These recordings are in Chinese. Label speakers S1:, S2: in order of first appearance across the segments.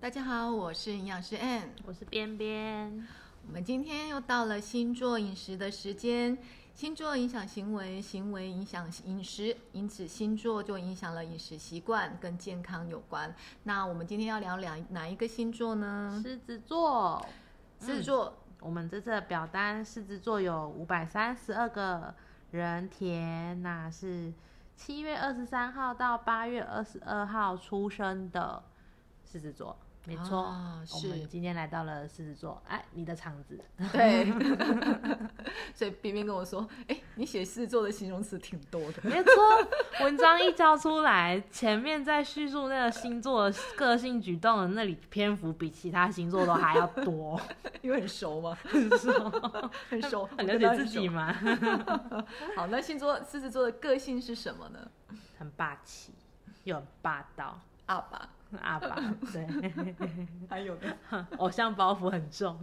S1: 大家好，我是营养师 Ann。
S2: 我是边边，
S1: 我们今天又到了星座饮食的时间。星座影响行为，行为影响饮食，因此星座就影响了饮食习惯，跟健康有关。那我们今天要聊两哪一个星座呢？
S2: 狮子座。
S1: 狮子座，
S2: 我们这次的表单，狮子座有五百三十二个人填，那是七月二十三号到八月二十二号出生的狮子座。没错，
S1: 啊
S2: 我
S1: 是
S2: 们今天来到了狮子座。哎，你的场子，
S1: 对。 所以边边跟我说，哎、你写狮子座的形容词挺多的。
S2: 没错，文章一交出来，前面在叙述那个星座的个性举动的那里篇幅比其他星座都还要 多，
S1: 因为很熟 嘛，很熟，
S2: 很
S1: 我
S2: 了
S1: 跟他
S2: 解自己
S1: 熟。
S2: 吗？
S1: 好，那星座狮子座的个性是什么呢？
S2: 很霸气，又很霸道，
S1: 阿爸，
S2: 阿爸，对，
S1: 还有呢？
S2: 偶像包袱很重，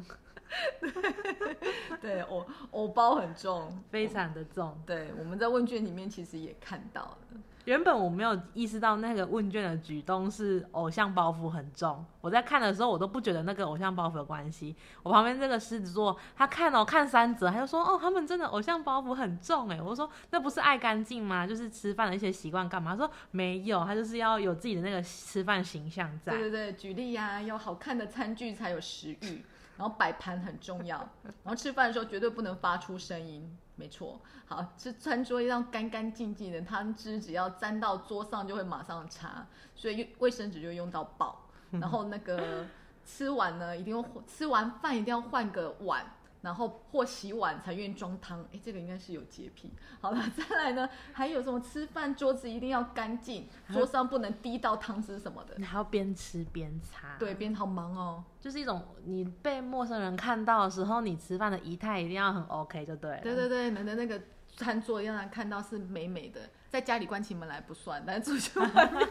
S1: 对，偶偶包很重，
S2: 非常的重。
S1: 对，我们在问卷里面其实也看到了，
S2: 原本我没有意识到那个问卷的举动是偶像包袱很重，我在看的时候我都不觉得那个偶像包袱有关系。我旁边这个狮子座，他看哦看三折，他就说哦他们真的偶像包袱很重哎，我说那不是爱干净吗？就是吃饭的一些习惯干嘛？他说没有，他就是要有自己的那个吃饭形象在
S1: 对。对对，举例呀、要好看的餐具才有食欲，然后摆盘很重要，然后吃饭的时候绝对不能发出声音，没错，好，这餐桌要干干净净的，汤汁只要沾到桌上就会马上擦，所以用卫生纸就用到爆，然后那个吃完呢，一定要吃完饭一定要换个碗。然后或洗碗才愿意装汤，哎，这个应该是有洁癖。好了，再来呢，还有什么吃饭桌子一定要干净，桌上不能滴到汤汁什么的。
S2: 然后边吃边擦，
S1: 对，边好忙哦。
S2: 就是一种你被陌生人看到的时候，你吃饭的仪态一定要很 OK 就对了。
S1: 对对对，你的那个餐桌让他看到是美美的，在家里关起门来不算，但是出去外面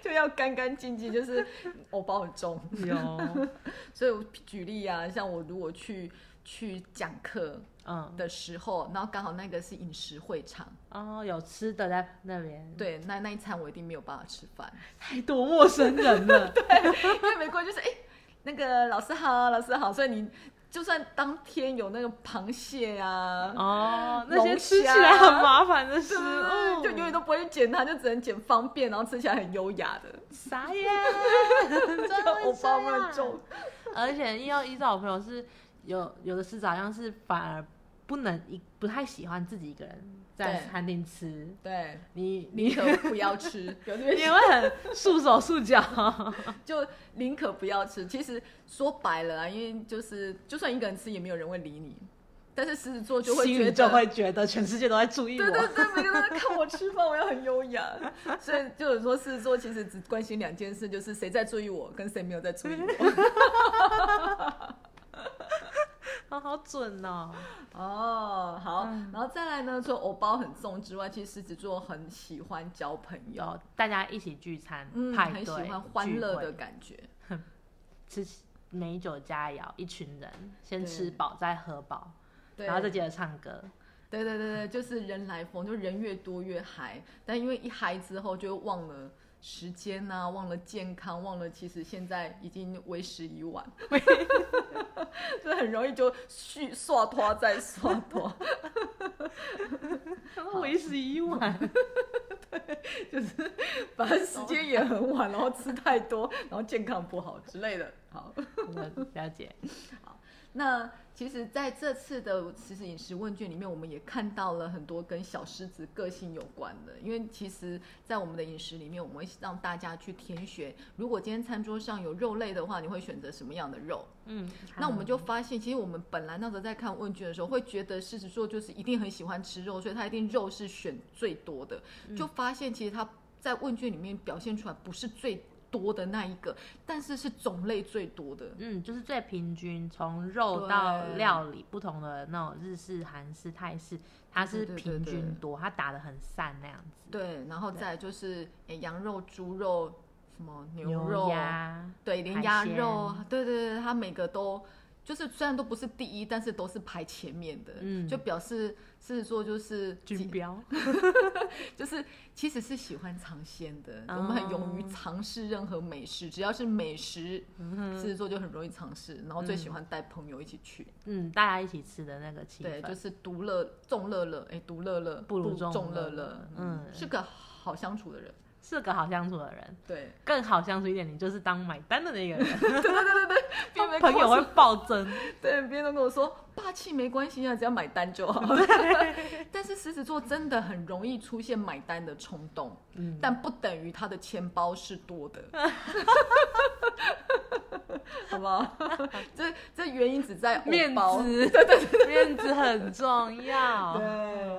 S1: 就要干干净净，就是偶包很重。
S2: 有，
S1: 所以我举例啊，像我如果去去讲课
S2: 嗯，
S1: 的时候，然后刚好那个是饮食会场，
S2: 哦，有吃的在那边，，
S1: 对，那那一餐我一定没有办法吃饭，
S2: 太多陌生人了，
S1: 因为没过就是哎、那个老师好，老师好，所以你就算当天有那个螃蟹啊，
S2: 哦，那
S1: 龙
S2: 些吃起
S1: 虾
S2: 来很麻烦的哦食
S1: 对嗯
S2: 物，
S1: 就永远都不会去捡它，就只能捡方便，然后吃起来很优雅的，
S2: 傻 眼，
S1: 就欧巴们重，
S2: 而且要依照我朋友是有有的狮子好像是反而不能一不太喜欢自己一个人在
S1: 对
S2: 餐厅吃，
S1: 对，
S2: 你你
S1: 宁可不要吃， 有这
S2: 你
S1: 边
S2: 会很束手束脚，
S1: 就宁可不要吃。其实说白了啊，因为就是就算一个人吃，也没有人会理你，但是狮子座就会
S2: 心
S1: 觉
S2: 里
S1: 得
S2: 就会觉得全世界都在注意我，
S1: 对 对对，每个人都在看我吃饭，我要很优雅。 所以就有说狮子座其实只关心两件事，就是谁在注意我，跟谁没有在注意 我。
S2: 啊，好准哦！
S1: 哦，好，
S2: 嗯
S1: 然后再来呢，除了偶包很重之外，其实狮子座很喜欢交朋友。
S2: 有大家一起聚餐、
S1: 嗯，
S2: 派
S1: 很喜
S2: 对、
S1: 欢欢乐的
S2: 聚会
S1: 感觉。
S2: 吃美酒佳肴，一群人先
S1: 对
S2: 吃饱再喝饱，
S1: 对，
S2: 然后再接着唱歌。
S1: 对对对对，就是人来疯，就人越多越嗨。但因为一嗨之后，就忘了时间呐、忘了健康，忘了其实现在已经为时已晚， 所以很容易就续刷拖再刷拖，
S2: 为时已晚，
S1: 反正时间也很晚，然后吃太多，然后健康不好之类的。好。
S2: 我了解。
S1: 那其实在这次的其实饮食问卷里面，我们也看到了很多跟小狮子个性有关的，因为其实，在我们的饮食里面，我们会让大家去填选，如果今天餐桌上有肉类的话，你会选择什么样的肉？
S2: 嗯，
S1: 那我们就发现，其实我们本来那时候在看问卷的时候，会觉得狮子座就是一定很喜欢吃肉，所以他一定肉是选最多的。就发现其实他在问卷里面表现出来不是最多的那一个，但是是种类最多的。
S2: 嗯，就是最平均，从肉
S1: 对
S2: 到料理，不同的那种日式、韩式、泰式，它是
S1: 对对对
S2: 平
S1: 对
S2: 均多，它打的很散那样子。
S1: 对，然后再来就是诶羊肉、猪肉、什么牛
S2: 牛啊
S1: 肉，
S2: 鸭，
S1: 对，连
S2: 海
S1: 鸭
S2: 鲜
S1: 肉，对对对，它每个都就是虽然都不是第一，但是都是排前面的，
S2: 嗯
S1: 就表示狮子座就是
S2: 军标，
S1: 就是其实是喜欢尝鲜的，
S2: 哦
S1: 我们很勇于尝试任何美食，只要是美食，
S2: 嗯
S1: 狮
S2: 哼
S1: 子座就很容易尝试，然后最喜欢带朋友一起去，
S2: 嗯，大家一起吃的那个气
S1: 对，
S2: 氛，
S1: 就是独乐众乐乐，哎，独乐乐
S2: 不如众
S1: 众
S2: 乐
S1: 乐
S2: 乐
S1: 乐，
S2: 嗯
S1: 是个好相处的人，
S2: 是个好相处的人，
S1: 对，
S2: 更好相处一点，你就是当买单的那个 人，
S1: 别人
S2: 朋
S1: 跟我
S2: 友会
S1: 说
S2: 暴 增，
S1: 对，别人都跟我说霸气没关系啊，只要买单就好。 但是狮子座真的很容易出现买单的冲动，
S2: 嗯，
S1: 但不等于他的钱包是多的， 好不 好？这这原因只在偶
S2: 面
S1: 包
S2: 子，面子很重要，
S1: 对，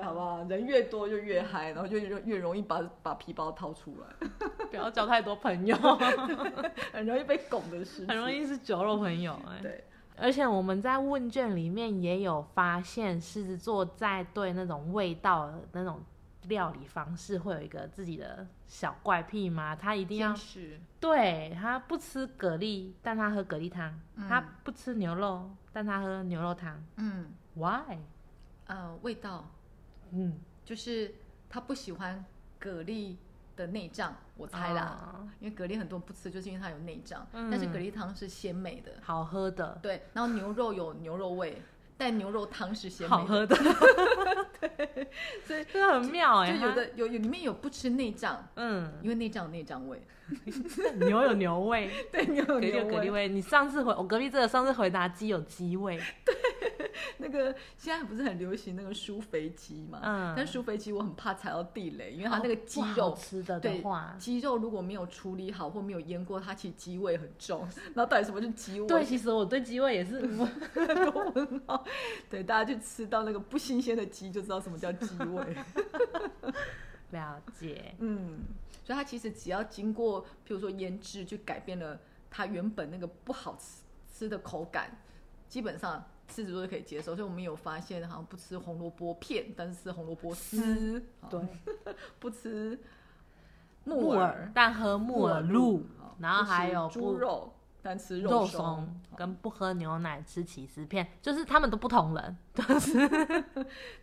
S1: 啊好不好？人越多就越嗨，然后就越越容易把把皮包掏出来，
S2: 不要交太多朋 友，
S1: 很容易被拱的狮子，
S2: 很容易是酒肉朋友、哎。
S1: 对。
S2: 而且我们在问卷里面也有发现，狮子座在对那种味道的那种料理方式会有一个自己的小怪癖吗？他一定要
S1: 坚持
S2: 对他不吃蛤蜊，但他喝蛤蜊汤；
S1: 嗯
S2: 他不吃牛肉，但他喝牛肉汤。
S1: 嗯
S2: Why？
S1: 呃味道。
S2: 嗯，
S1: 就是他不喜欢蛤蜊的内脏，我猜啦，
S2: 啊
S1: 因为蛤蜊很多人不吃，就是因为它有内脏。
S2: 嗯
S1: 但是蛤蜊汤是鲜美的，
S2: 好喝的，
S1: 对，然后牛肉有牛肉味，但牛肉汤是鲜
S2: 好
S1: 美的。
S2: 喝的， 对，所以这很妙哎、
S1: 就有
S2: 它
S1: 的有有里面有不吃内脏，
S2: 嗯，
S1: 因为内脏有内脏 味，
S2: 牛有牛味。
S1: 对，牛有
S2: 蛤蜊有
S1: 牛
S2: 蛤蜊
S1: 味。
S2: 味，你上次回我隔壁这个上次回答鸡有鸡味，
S1: 那个现在不是很流行那个酥肥鸡嘛？
S2: 嗯
S1: 但酥肥鸡我很怕踩到地雷，因为它
S2: 它
S1: 啊那个鸡肉
S2: 吃的
S1: 对
S2: 的话，
S1: 鸡肉如果没有处理好或没有腌过，它其实鸡味很重。 然后到底什么是鸡味？
S2: 对，其实我对鸡味也是，
S1: 嗯 都很好。对，大家去吃到那个不新鲜的鸡，就知道什么叫鸡 味。
S2: 了解，
S1: 嗯，所以它其实只要经过，譬如说腌制，就改变了它原本那个不好吃吃的口感，基本上狮子座就可以接受。所以我们有发现，好像不吃红萝卜片，但是吃红萝卜丝，好
S2: 对，
S1: 不吃
S2: 木耳
S1: 耳、
S2: 但喝木耳露，
S1: 好
S2: 然后
S1: 不吃
S2: 还有
S1: 猪
S2: 不
S1: 肉，但吃
S2: 肉
S1: 松
S2: 松。跟不喝牛奶吃起司片，就是他们都不同人，就是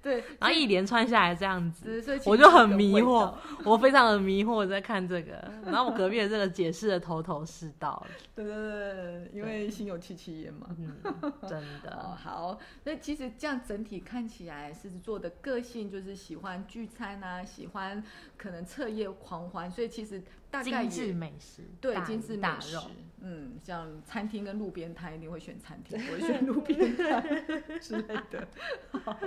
S1: 对，
S2: 然后一连串下来这样子，
S1: 只是所以其
S2: 我
S1: 实
S2: 就
S1: 这
S2: 很
S1: 个
S2: 迷
S1: 味
S2: 惑
S1: 道，
S2: 我非常的迷惑在看这个，然后我隔壁的这个解释的头头是道，
S1: 对对对，对因为心有戚戚焉嘛。
S2: 嗯，真
S1: 哦
S2: 的，，
S1: 好，那其实这样整体看起来，狮子座的个性就是喜欢聚餐啊，喜欢可能彻夜狂欢，所以其实大概
S2: 精致
S1: 也
S2: 美食，
S1: 对
S2: 大
S1: 精
S2: 鱼
S1: 致美
S2: 大
S1: 食
S2: 肉，，
S1: 嗯，像餐厅跟路边摊一定会选餐厅，不会选路边摊 之类的。好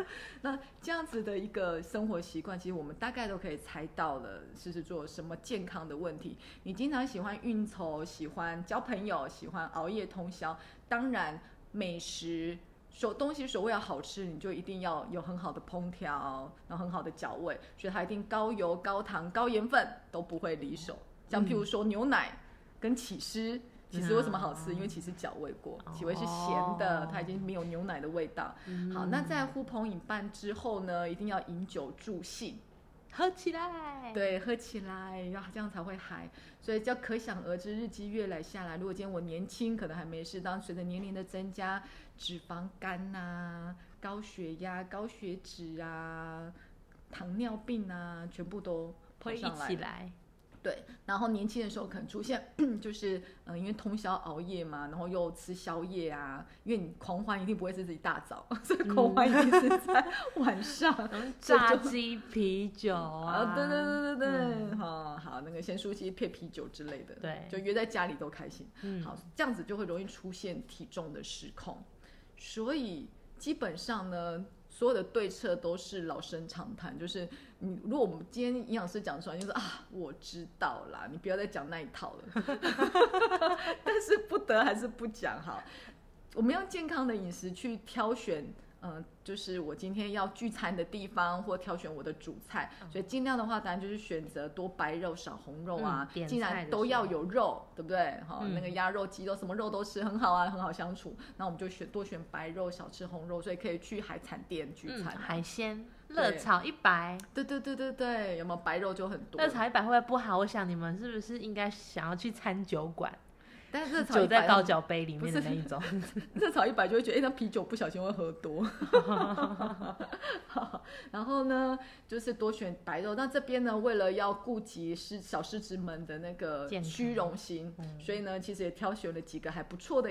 S1: 那这样子的一个生活习惯，其实我们大概都可以猜到了狮子座什么健康的问题。你经常喜欢应酬，喜欢交朋友，喜欢熬夜通宵，当然美食。所东西所谓要好吃，你就一定要有很好的烹调，然后很好的调味，所以它一定高油、高糖、高盐分都不会离手。像譬如说牛奶跟起司，起司为什么好吃？
S2: 嗯
S1: 因为起司搅味过，
S2: 哦嗯
S1: 起味是咸的，它已经没有牛奶的味道。好，那在呼朋引伴之后呢，一定要饮酒助兴，
S2: 喝起来，
S1: 对，喝起来，然后这样才会嗨。所以就可想而知，日积月累下来，如果今天我年轻，可能还没事，当随着年龄的增加，脂肪肝呐、高血压、高血脂啊、糖尿病啊，全部都跑
S2: 会一
S1: 上来
S2: 起
S1: 了
S2: 来，
S1: 对，然后年轻的时候可能出现 就是，呃，因为通宵熬夜嘛，然后又吃宵夜啊，因为你狂欢一定不会是自己大早， 所以狂欢一定是在晚上。所以
S2: 炸
S1: 就
S2: 鸡啤酒 啊，
S1: 啊，对对对对对，哈、好，那个咸酥鸡配啤酒之类的，
S2: 对
S1: 就约在家里都开心。
S2: 嗯
S1: 好，这样子就会容易出现体重的失控，所以基本上呢，所有的对策都是老生常谈，就是你如果我们今天营养师讲出来，就是啊，我知道啦，你不要再讲那一套了， 但是不得还是不讲好，我们用健康的饮食去挑选。嗯，就是我今天要聚餐的地方，或挑选我的主菜，
S2: 嗯
S1: 所以尽量的话，当然就是选择多白肉少红肉啊
S2: 嗯，点
S1: 既
S2: 菜
S1: 然
S2: 的
S1: 都
S2: 时
S1: 要
S2: 候
S1: 有。有肉，对不对？哈、
S2: 嗯
S1: 那个鸭肉、鸡肉，什么肉都吃，很好啊，很好相处。那我们就选多选白肉，少吃红肉，所以可以去海产店聚
S2: 嗯，
S1: 餐啊。
S2: 海鲜
S1: 对
S2: 热炒一百，
S1: 对对对对对，有没有白肉就很多
S2: 热。炒一百会不会不好？我想你们是不是应该想要去餐酒馆？
S1: 但是热炒
S2: 酒
S1: 一
S2: 在
S1: 百，
S2: 高脚杯里
S1: 不
S2: 面
S1: 是
S2: 的那一种。
S1: 热炒一百就会觉 得，哎、那啤酒不小心会喝多。 好然后呢，就是多选白肉。那这边呢，为了要顾及狮小狮子们的那个
S2: 健康
S1: 虚荣心，
S2: 嗯
S1: 所以呢，其实也挑选了几个还不错的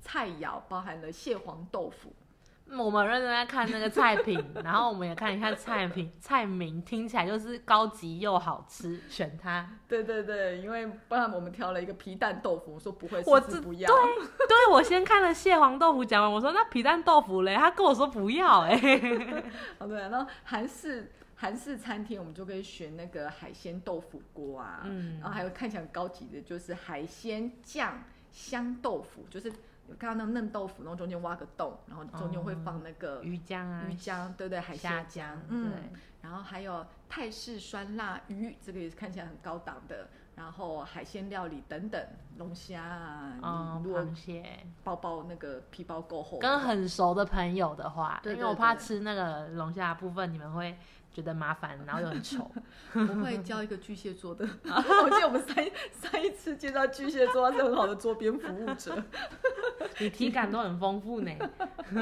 S1: 菜肴，包含了蟹黄豆腐。
S2: 嗯我们认真在看那个菜品， 然后我们也看一下菜品 菜名，听起来就是高级又好吃，选它。
S1: 对对对，因为不然我们挑了一个皮蛋豆腐，我说不会，
S2: 我
S1: 是
S2: 自
S1: 不要。
S2: 对，我先看了蟹黄豆腐，讲完我说那皮蛋豆腐嘞，他跟我说不要哎、
S1: 哦，对，然后韩式韩式餐厅我们就可以选那个海鲜豆腐锅啊，
S2: 嗯
S1: 然后还有看起来很高级的，就是海鲜酱香豆腐，就是有看到那嫩豆腐，然后中间挖个洞，然后中间会放那个
S2: 哦鱼浆啊，
S1: 鱼浆，对不对？海
S2: 虾
S1: 鲜浆，
S2: 嗯
S1: 嗯，，然后还有泰式酸辣鱼，这个也是看起来很高档的。然后海鲜料理等等，龙虾啊，
S2: 哦，
S1: 你如果
S2: 螃蟹。
S1: 包包那个皮包够厚的话，
S2: 跟很熟的朋友的话，
S1: 对对
S2: 因为我怕
S1: 对
S2: 吃那个龙虾的部分，你们会觉得麻烦，然后又很 丑。
S1: 不会教一个巨蟹座的。 我记得我们上一上一次介绍巨蟹座，他是很好的桌边服务者，
S2: 你体感都很丰富呢。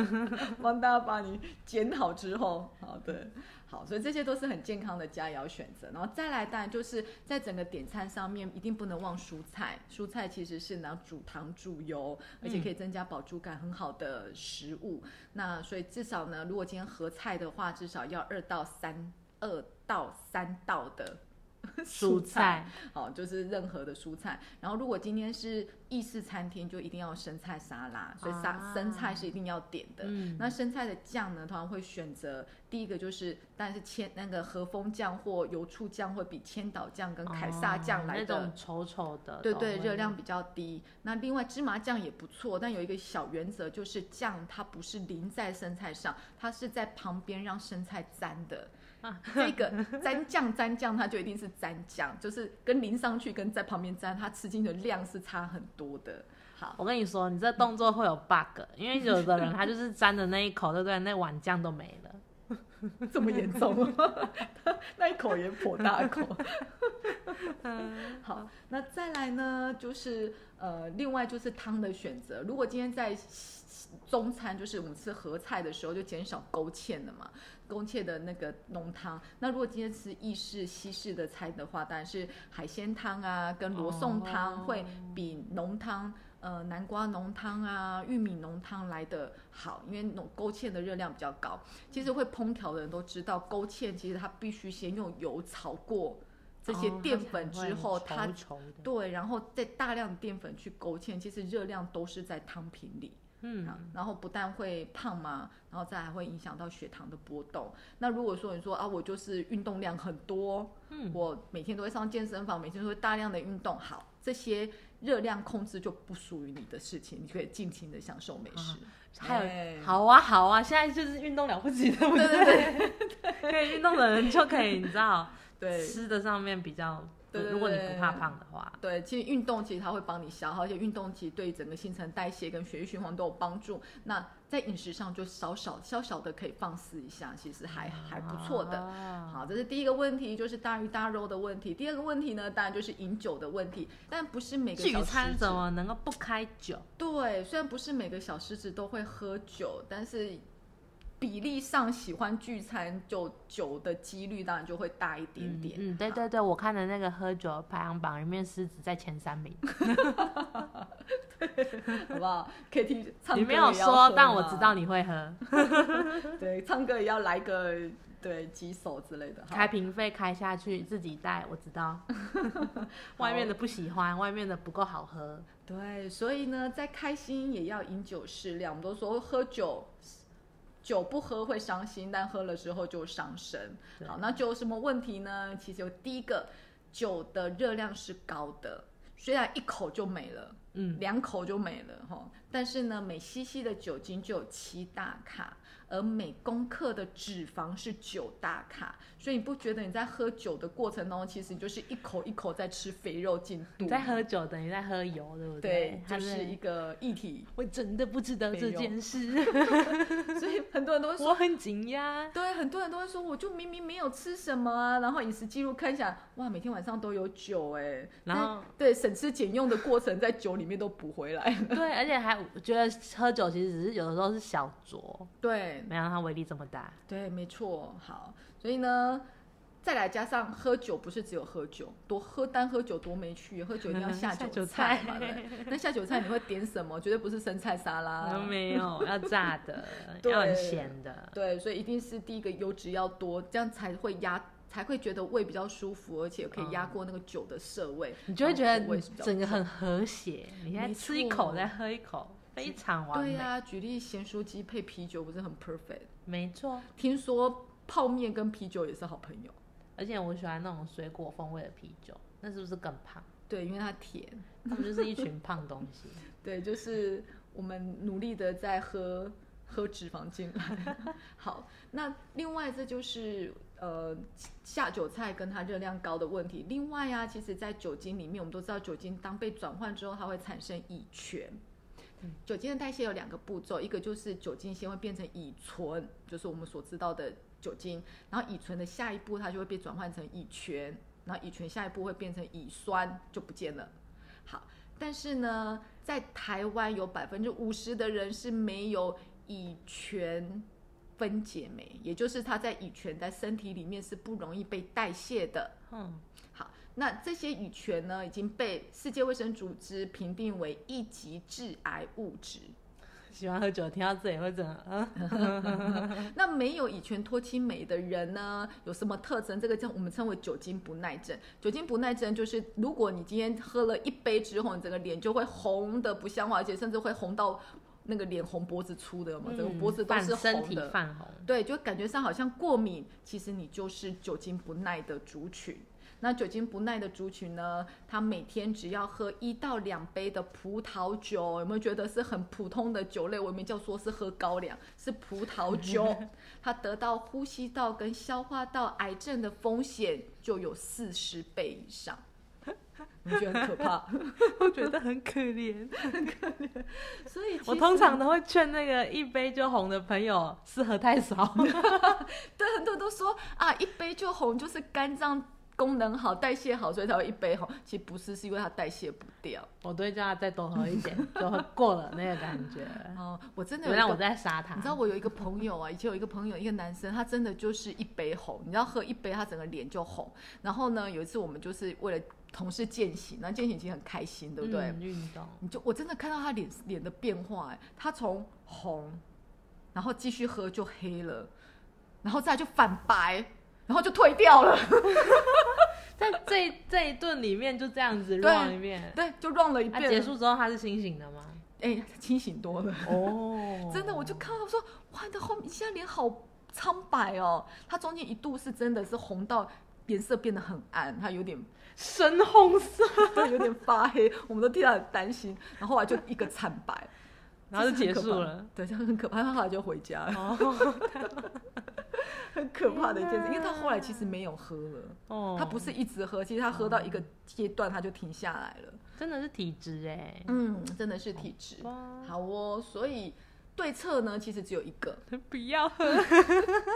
S1: 帮大家把你剪好之后，好的，好，所以这些都是很健康的佳肴选择。然后再来，当然就是在整个点餐上面，一定不能忘蔬菜。蔬菜其实是能煮糖煮油，而且可以增加饱足感很好的食物。那所以至少呢，如果今天合菜的话，至少要二到三二到三道的
S2: 蔬菜，
S1: 好，就是任何的蔬菜。然后如果今天是意式餐厅，就一定要生菜沙拉，所以沙、
S2: 啊
S1: 生菜是一定要点的。
S2: 嗯，
S1: 那生菜的酱呢，通常会选择第一个就是，但是千那个和风酱或油醋酱会比千岛酱跟凯撒酱
S2: 哦
S1: 来
S2: 那
S1: 的
S2: 种稠稠的，
S1: 对
S2: 懂
S1: 对，
S2: 我
S1: 热量比较低。那另外芝麻酱也不错，但有一个小原则就是酱它不是淋在生菜上，它是在旁边让生菜沾的。
S2: 啊
S1: 这个沾酱沾酱，它就一定是沾酱，就是跟淋上去跟在旁边沾，它吃进去的量是差很多的。好，
S2: 我跟你说，你这动作会有 bug，因为有的人他就是沾的那一口，对不对？那碗酱都没了。
S1: 这么严重吗？ 那一口也颇大口。哦好，那再来呢，就是呃，另外就是汤的选择。如果今天在中餐，就是我们吃合菜的时候，就减少勾芡了嘛，勾芡的那个浓汤。那如果今天吃意式、西式的菜的话，当然是海鲜汤啊，跟罗宋
S2: 哦
S1: 汤会比浓汤。呃，南瓜浓汤啊，玉米浓汤来的好，因为浓勾芡的热量比较高。其实会烹调的人都知道，勾芡其实它必须先用油炒过这些
S2: 哦
S1: 淀粉之后，
S2: 它才
S1: 它
S2: 会稠稠的，
S1: 对，然后再大量的淀粉去勾芡，其实热量都是在汤品里。啊
S2: 嗯，
S1: 然后不但会胖嘛，然后再还会影响到血糖的波动。那如果说你说啊，我就是运动量很多，
S2: 嗯
S1: 我每天都会上健身房，每天都会大量的运动，好，这些热量控制就不属于你的事情，你可以尽情的享受美食。
S2: 啊还
S1: 哎
S2: 有好啊好啊，现在就是运动了不起，对不
S1: 对对对
S2: 可以运动的人就可以，你知道，
S1: 对
S2: 吃的上面比较，
S1: 对对
S2: 如果你
S1: 对
S2: 不怕胖的话，
S1: 对，其实运动其实它会帮你消耗，而且运动其实对整个新陈代谢跟血液循环都有帮助。那在饮食上就少少小小的可以放肆一下，其实还
S2: 啊
S1: 还不错的。
S2: 的
S1: 好，这是第一个问题，就是大鱼大肉的问题。第二个问题呢，当然就是饮酒的问题，但不是每个
S2: 聚
S1: 小狮
S2: 餐
S1: 子
S2: 怎么能够不开酒？
S1: 对，虽然不是每个小狮子都会喝酒，但是比例上喜欢聚餐，就酒的几率当然就会大一点点。
S2: 嗯，嗯对对对，我看的那个喝酒排行榜里面，狮子在前三 名。
S1: 好不好？KT 唱歌
S2: 你没有
S1: 也要喝啊
S2: 说，但我
S1: 嘛
S2: 知道你会喝。
S1: 对，唱歌也要来个对几首之类的。好
S2: 开瓶费开下去，自己带，我知 道。外面的不喜欢，外面的不够好喝。
S1: 对，所以呢，在开心也要饮酒适量。我们都说喝酒，酒不喝会伤心，但喝了之后就伤身。
S2: 对
S1: 好，那酒有什么问题呢？其实有第一个，酒的热量是高的，虽然一口就没了。
S2: 嗯，
S1: 两口就没了哈。吼但是呢，每 CC 的酒精就有七大卡，而每公克的脂肪是九大卡，所以你不觉得你在喝酒的过程当中，其实你就是一口一口在吃肥肉进肚
S2: 你？在喝酒等于在喝油，对不
S1: 对，
S2: 它
S1: 就是一个议 题，
S2: 我真的不知道这件事，
S1: 所以很多人都会说。
S2: 我很惊讶。
S1: 对，很多人都会说，我就明明没有吃什么啊，然后饮食记录看一下，哇，每天晚上都有酒哎、
S2: 然后
S1: 但对省吃俭用的过程，在酒里面都补回来。
S2: 对，而且还觉得喝酒其实只是有的时候是小酌，
S1: 对
S2: 没想到它威力这么 大。
S1: 对，没错。好，所以呢，再来加上喝酒，不是只有喝酒，多喝单喝酒多没趣，喝酒一定要下
S2: 下
S1: 酒
S2: 酒
S1: 菜
S2: 菜
S1: 嘛。对 不对那下酒菜你会点什么？绝对不是生菜沙拉。，
S2: 我 没有，要炸 的
S1: 对
S2: 要很咸的。
S1: 对，所以一定是第一个油脂要多，这样才会压，才会觉得胃比较舒服，而且可以压过那个酒的涩味。
S2: 嗯你就会觉
S1: 然后口味
S2: 得
S1: 是比较
S2: 整个很和谐。你现
S1: 没
S2: 在吃一
S1: 错
S2: 口，再喝一口，非常完
S1: 对
S2: 美。
S1: 呀、举例咸酥鸡配啤酒不是很 perfect？
S2: 没错，
S1: 听说泡面跟啤酒也是好朋友，
S2: 而且我喜欢那种水果风味的啤酒，那是不是更胖？
S1: 对，因为它甜。
S2: 他们就是一群胖东西。
S1: 对，就是我们努力的在喝喝脂肪进来。 好，那另外这就是呃下酒菜跟它热量高的问题。另外啊，其实在酒精里面，我们都知道酒精当被转换之后，它会产生乙醛。酒精的代谢有两个步骤，一个就是酒精先会变成乙醇，就是我们所知道的酒精，然后乙醇的下一步它就会被转换成乙醛，然后乙醛下一步会变成乙酸，就不见了。好，但是呢，在台湾有百分之五十的人是没有乙醛分解酶，也就是它在乙醛在身体里面是不容易被代谢的。
S2: 嗯，
S1: 好，那这些乙醛呢，已经被世界卫生组织评定为一级致癌物质。
S2: 喜欢喝酒，听到这里会整个嗯，
S1: 那没有乙醛脱氢酶的人呢，有什么特征？这个叫我们称为酒精不耐症。酒精不耐症就是，如果你今天喝了一杯之后，你整个脸就会红的不像话，而且甚至会红到那个脸红脖子粗的嘛，整个脖子都
S2: 嗯泛
S1: 是
S2: 身
S1: 红
S2: 体
S1: 的。
S2: 泛红。
S1: 对，就感觉上好像过敏，其实你就是酒精不耐的族群。那酒精不耐的族群呢，他每天只要喝一到两杯的葡萄酒，有没有觉得是很普通的酒类？我也没叫说是喝高粱，是葡萄 酒。他得到呼吸道跟消化道癌症的风险就有四十倍以上， 你觉得很可怕？
S2: 我觉得很可怜。
S1: 所以
S2: 我
S1: 其
S2: 通
S1: 实
S2: 常都会劝那个一杯就红的朋友，是喝太少。
S1: 对，很多人都说啊，一杯就红，就是肝脏功能好、代谢好，所以才会一杯红。其实不是，是因为它代谢不掉。
S2: 我都会叫他再多喝一点，就喝过了那个感 觉。
S1: 哦，我真的有
S2: 嗯原
S1: 一
S2: 来我
S1: 个，
S2: 在杀他。
S1: 你知道我有一个朋友啊，以前有一个朋友，一个男生，他真的就是一杯红，你知道喝一杯，他整个脸就红。然后呢，有一次我们就是为了同事践行，那践行其实很开心，对不对？
S2: 嗯运动。
S1: 你就我真的看到他脸脸的变化、哎，他从红，然后继续喝就黑了，然后再来就反白，然后就退掉了。
S2: 在这一这一顿里面就这样子
S1: 对
S2: 乱一遍。
S1: 对，就 run 了一
S2: 啊，
S1: 遍了、
S2: 结束之后他是清醒的吗？
S1: 哎、清醒多了，
S2: 哦
S1: 真的，我就看到说，哇，你的后面你现在脸好苍白哦，它中间一度是真的是红到颜色变得很暗，它有点
S2: 深红色，
S1: 对，有点发黑，我们都替他很担心，然后后来就一个惨白，
S2: 然后就
S1: 这
S2: 结
S1: 是很
S2: 束
S1: 可怕
S2: 了。，
S1: 对，这样很可怕，他后来就回家了，
S2: 哦
S1: 很可怕的一件事，因为他后来
S2: 天哪
S1: 其实没有喝了，
S2: 哦
S1: 他不是一直喝，其实他喝到一个阶段他就停下来了，
S2: 真的是体质哎。
S1: 嗯，真的是体质，
S2: 哇
S1: 好哦，所以对策呢其实只有一个，
S2: 不要喝，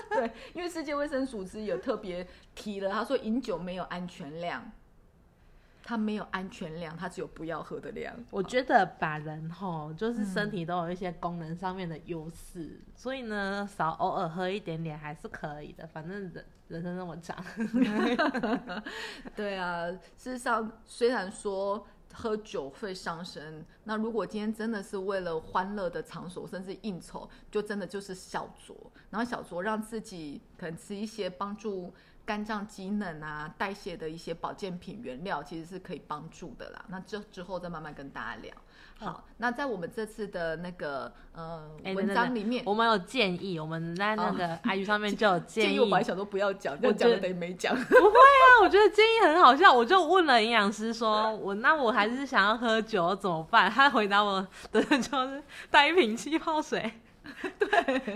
S1: 对， 因为世界卫生组织有特别提了，他说饮酒没有安全量，它没有安全量，它只有不要喝的量。
S2: 我觉得把人吼，就是身体都有一些功能上面的优势，所以呢，少偶尔喝一点点还是可以的。反正人人生那么长，
S1: 对啊，事实上虽然说。喝酒会伤身，那如果今天真的是为了欢乐的场所，甚至应酬，就真的就是小酌，然后小酌让自己可能吃一些帮助肝脏机能啊、代谢的一些保健品原料，其实是可以帮助的啦。那这之后再慢慢跟大家聊。好，那在我们这次的那个呃
S2: 哎
S1: 文章里面，
S2: 我们有建议，我们在那个 IG 上面就 有建
S1: 建
S2: 议。
S1: 议我本来想说不要讲，但讲了等于没讲。
S2: 那我觉得建议很好笑，我就问了营养师说，我那我还是想要喝酒怎么办？他回答我的就是带一瓶气泡水，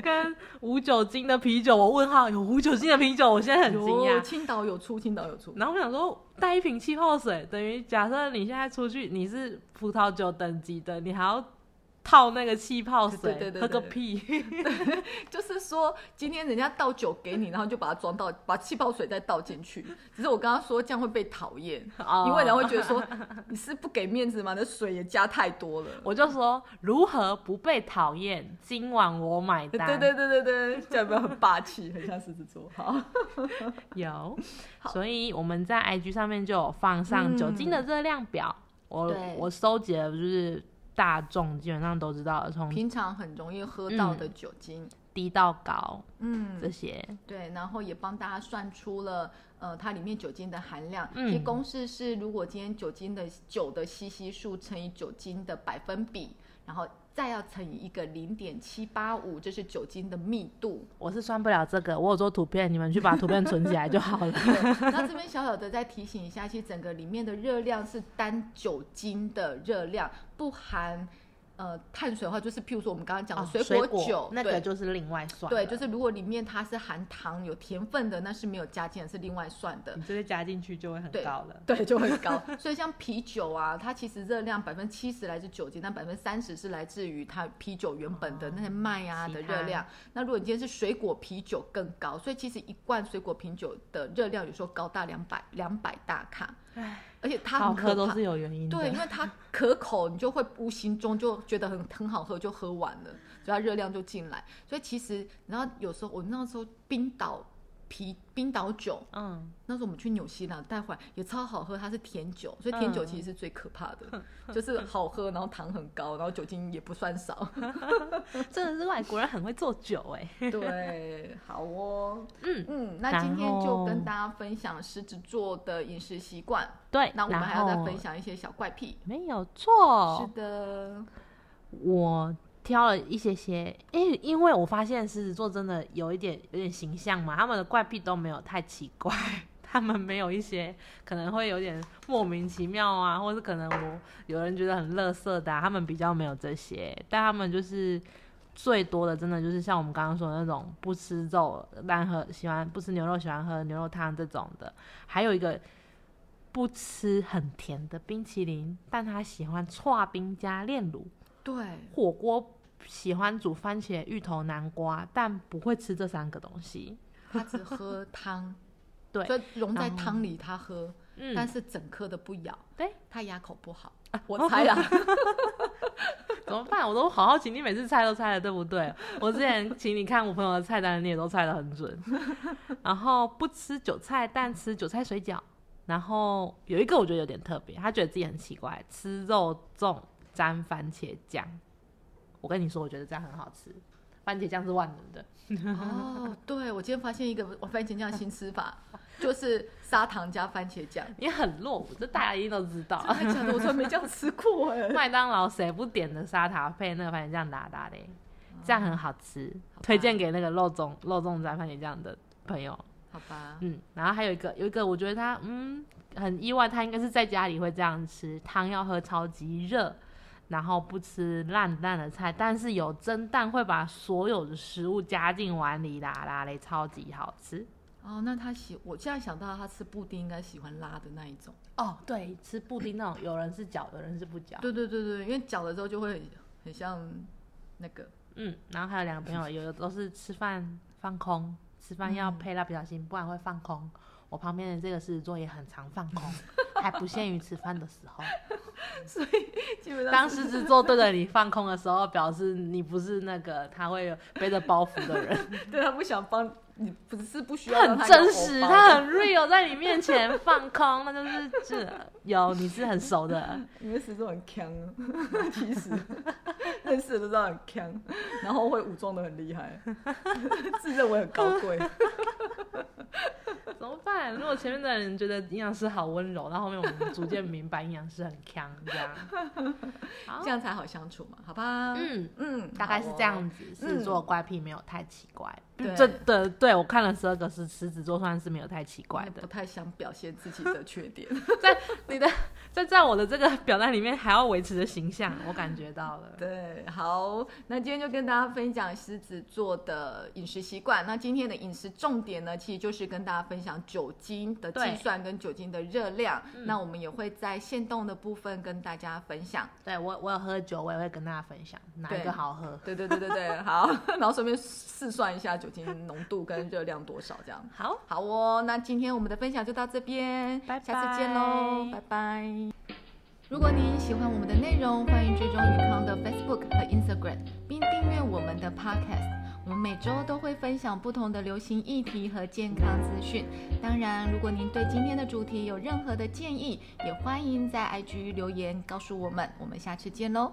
S2: 跟无酒精的啤酒，我问号有无酒精的啤酒，我现在很惊
S1: 有
S2: 讶。
S1: 青岛有出，青岛有出，
S2: 然后我想说，带一瓶气泡水，等于假设你现在出去你是葡萄酒等级的，你还要套那个气泡水，
S1: 对对对对
S2: 喝个
S1: 对
S2: 屁！
S1: 就是说今天人家倒酒给你，然后就把它装到，把气泡水再倒进去。只是我刚刚说这样会被讨厌，
S2: 哦
S1: 因为人会觉得说 你是不给面子吗？那水也加太多了。
S2: 我就说如何不被讨厌，今晚我买
S1: 对
S2: 单。
S1: 对对对对，这样有没有很霸气？很像狮子座。好，
S2: 有，所以我们在 IG 上面就有放上酒精的热量表。我
S1: 嗯对
S2: 我收集了，就是大众基本上都知道的，从
S1: 平常很容易喝到的酒精，
S2: 低到高
S1: 嗯，
S2: 这些。
S1: 对，然后也帮大家算出了呃它里面酒精的含量。
S2: 嗯
S1: 其实公式是如果今天酒精的酒的吸吸数乘以酒精的百分比，然后再要乘以一个零点七八五，这是酒精的密度。
S2: 我是算不了这个，我有做图片，你们去把图片存起来就好 了。
S1: 对，那这边小小的再提醒一下，其实整个里面的热量是单酒精的热量，不含呃碳水的话，就是譬如说我们刚刚讲的
S2: 哦
S1: 水果酒，
S2: 那
S1: 对
S2: 个就是另外算了。
S1: 对，就是如果里面它是含糖有甜分的，那是没有加进来，是另外算的。
S2: 你直接加进去就会很
S1: 对
S2: 高了。
S1: 对，就很高。 所以像啤酒啊，它其实热量百分之七十来自酒精，但百分之三十是来自于它啤酒原本的那些麦啊
S2: 哦其
S1: 的
S2: 他
S1: 热量。那如果你今天是水果啤酒更高，所以其实一罐水果啤酒的热量有时候高达两百两百大卡，而且它
S2: 好
S1: 很
S2: 喝
S1: 可
S2: 都
S1: 怕。
S2: 是有原因的。
S1: 对，因为它可口，你就会无形中就觉得很很好喝，就喝完了，所以它热量就进来。所以其实，然后有时候我那时候冰岛啤冰岛酒，
S2: 嗯，
S1: 那时候我们去纽西兰带回来也超好喝，它是甜酒，所以甜酒其
S2: 嗯
S1: 实是最可怕的，就是好喝，然后糖很高，然后酒精也不算 少。
S2: 真的是外国人很会做酒哎、
S1: 欸对，好哦，
S2: 嗯
S1: 嗯，那
S2: 然
S1: 今天就
S2: 后
S1: 跟大家分享狮子座的饮食习惯，
S2: 对，
S1: 那我们
S2: 然
S1: 还要再
S2: 后
S1: 分。享一些小怪癖。
S2: 没有错，
S1: 是的，
S2: 我挑了一些些，因为因为我发现狮子座真的有一点有点形象嘛，他们的怪癖都没有太奇怪， 他们没有一些可能会有点莫名其妙啊，或是可能我有人觉得很乐色的、啊，他们比较没有这些，但他们就是。最多的真的就是像我们刚刚说的那种不吃肉但喝喜欢不吃牛肉喜欢喝牛肉汤这种的，还有一个不吃很甜的冰淇淋，但他喜欢串冰加炼乳，
S1: 对，
S2: 火锅喜欢煮番茄、芋头、南瓜，但不会吃这三个东西。
S1: 他只 喝汤，
S2: 对
S1: 所以融在
S2: 然后
S1: 汤里他喝，
S2: 嗯，
S1: 但是整颗的不咬，
S2: 对，啊哦
S1: 他牙口不好，我猜啊啦。
S2: 怎么办？我 都好好奇，你每次猜都猜的对不对？我之前请你看我朋友的菜单，你也都猜的很准。 然后不吃韭菜，但吃韭菜水饺。然后有一个我觉得有点特别，他觉得自己很奇怪，吃肉粽沾番茄酱。我跟你说，我觉得这样很好吃，番茄酱是万能的。
S1: 哦，对，我今天发现一个番茄酱新吃法，就是砂糖加番茄酱。
S2: 你很落伍，这大家一定都知道。
S1: 真的假的？ 我从来没这样吃过 哎
S2: 麦当劳谁不点的沙茶配那个番茄酱打打的，这样哦很好吃，推荐给那个肉粽肉粽沾番茄酱的朋友。
S1: 好吧，
S2: 嗯，然后还有一个有一个，我觉得他嗯很意外，他应该是在家里会这样吃，汤要喝超级热。然后不吃烂蛋的菜，但是有蒸蛋会把所有的食物加进碗里啦啦嘞，超级好吃
S1: 哦，那他喜，我现在想到他吃布丁应该喜欢辣的那一种。
S2: 哦。对，吃布丁那种，有人是搅，有人是不搅。
S1: 对啊对对对，因为搅了之后就会很很像那个，
S2: 嗯，然后还有两个朋 友，有的都是吃饭放空，吃饭要配蜡笔小新，不然会放空。我旁边的这个狮子座也很常放 空，还不限于吃饭的时 候。
S1: 基本
S2: 当狮子座对着你放空的时候，表示你不是那个他会有背着包袱的 人，
S1: 对他不想帮你，不是不需要
S2: 他
S1: 让他
S2: 很
S1: 有
S2: 真
S1: 偶
S2: 实，
S1: 包
S2: 他很 real，在你面前放空，那就是 这有你是很熟的。
S1: 你们始终很强，啊 其实认识的都知道很强，然后会武装的很厉害， 自认为很高贵。
S2: 怎么办？如果前面的人觉得营养师好温柔，然后后面我们逐渐明白营养师很强这样。好
S1: 这样才好相处嘛，好吧？
S2: 嗯。
S1: 哦嗯，
S2: 大概是这
S1: 好哦。
S2: 样子，狮子座的怪癖没有太奇怪。
S1: 对
S2: 这的对我看了十二个是狮子座，算是没有太奇怪的
S1: 不。太想表现自己的缺点。
S2: 在嗯你的在在我的这个表单里面还要维持着形象，我感觉到了。
S1: 对，好，那今天就跟大家分享狮子座的饮食习惯。那今天的饮食重点呢，其实就是跟大家分享酒精的
S2: 对
S1: 计算跟酒精的热量。那我们也会在限动的部分跟大家分享。
S2: 对我我有喝酒，我也会跟大家分享哪一
S1: 对
S2: 个好喝。
S1: 对对对对对，好， 然后顺便试算一下酒精浓度跟热量多少这样。
S2: 好，
S1: 好哦，那今天我们的分享就到这边，
S2: 拜拜
S1: 下次见喽，拜拜。如果您喜欢我们的内容，欢迎追踪宇康的 Facebook 和 Instagram，并订阅我们的 Podcast。我们每周都会分享不同的流行议题和健康资讯。当然，如果您对今天的主题有任何的建议，也欢迎在 IG 留言告诉我们。我们下次见喽，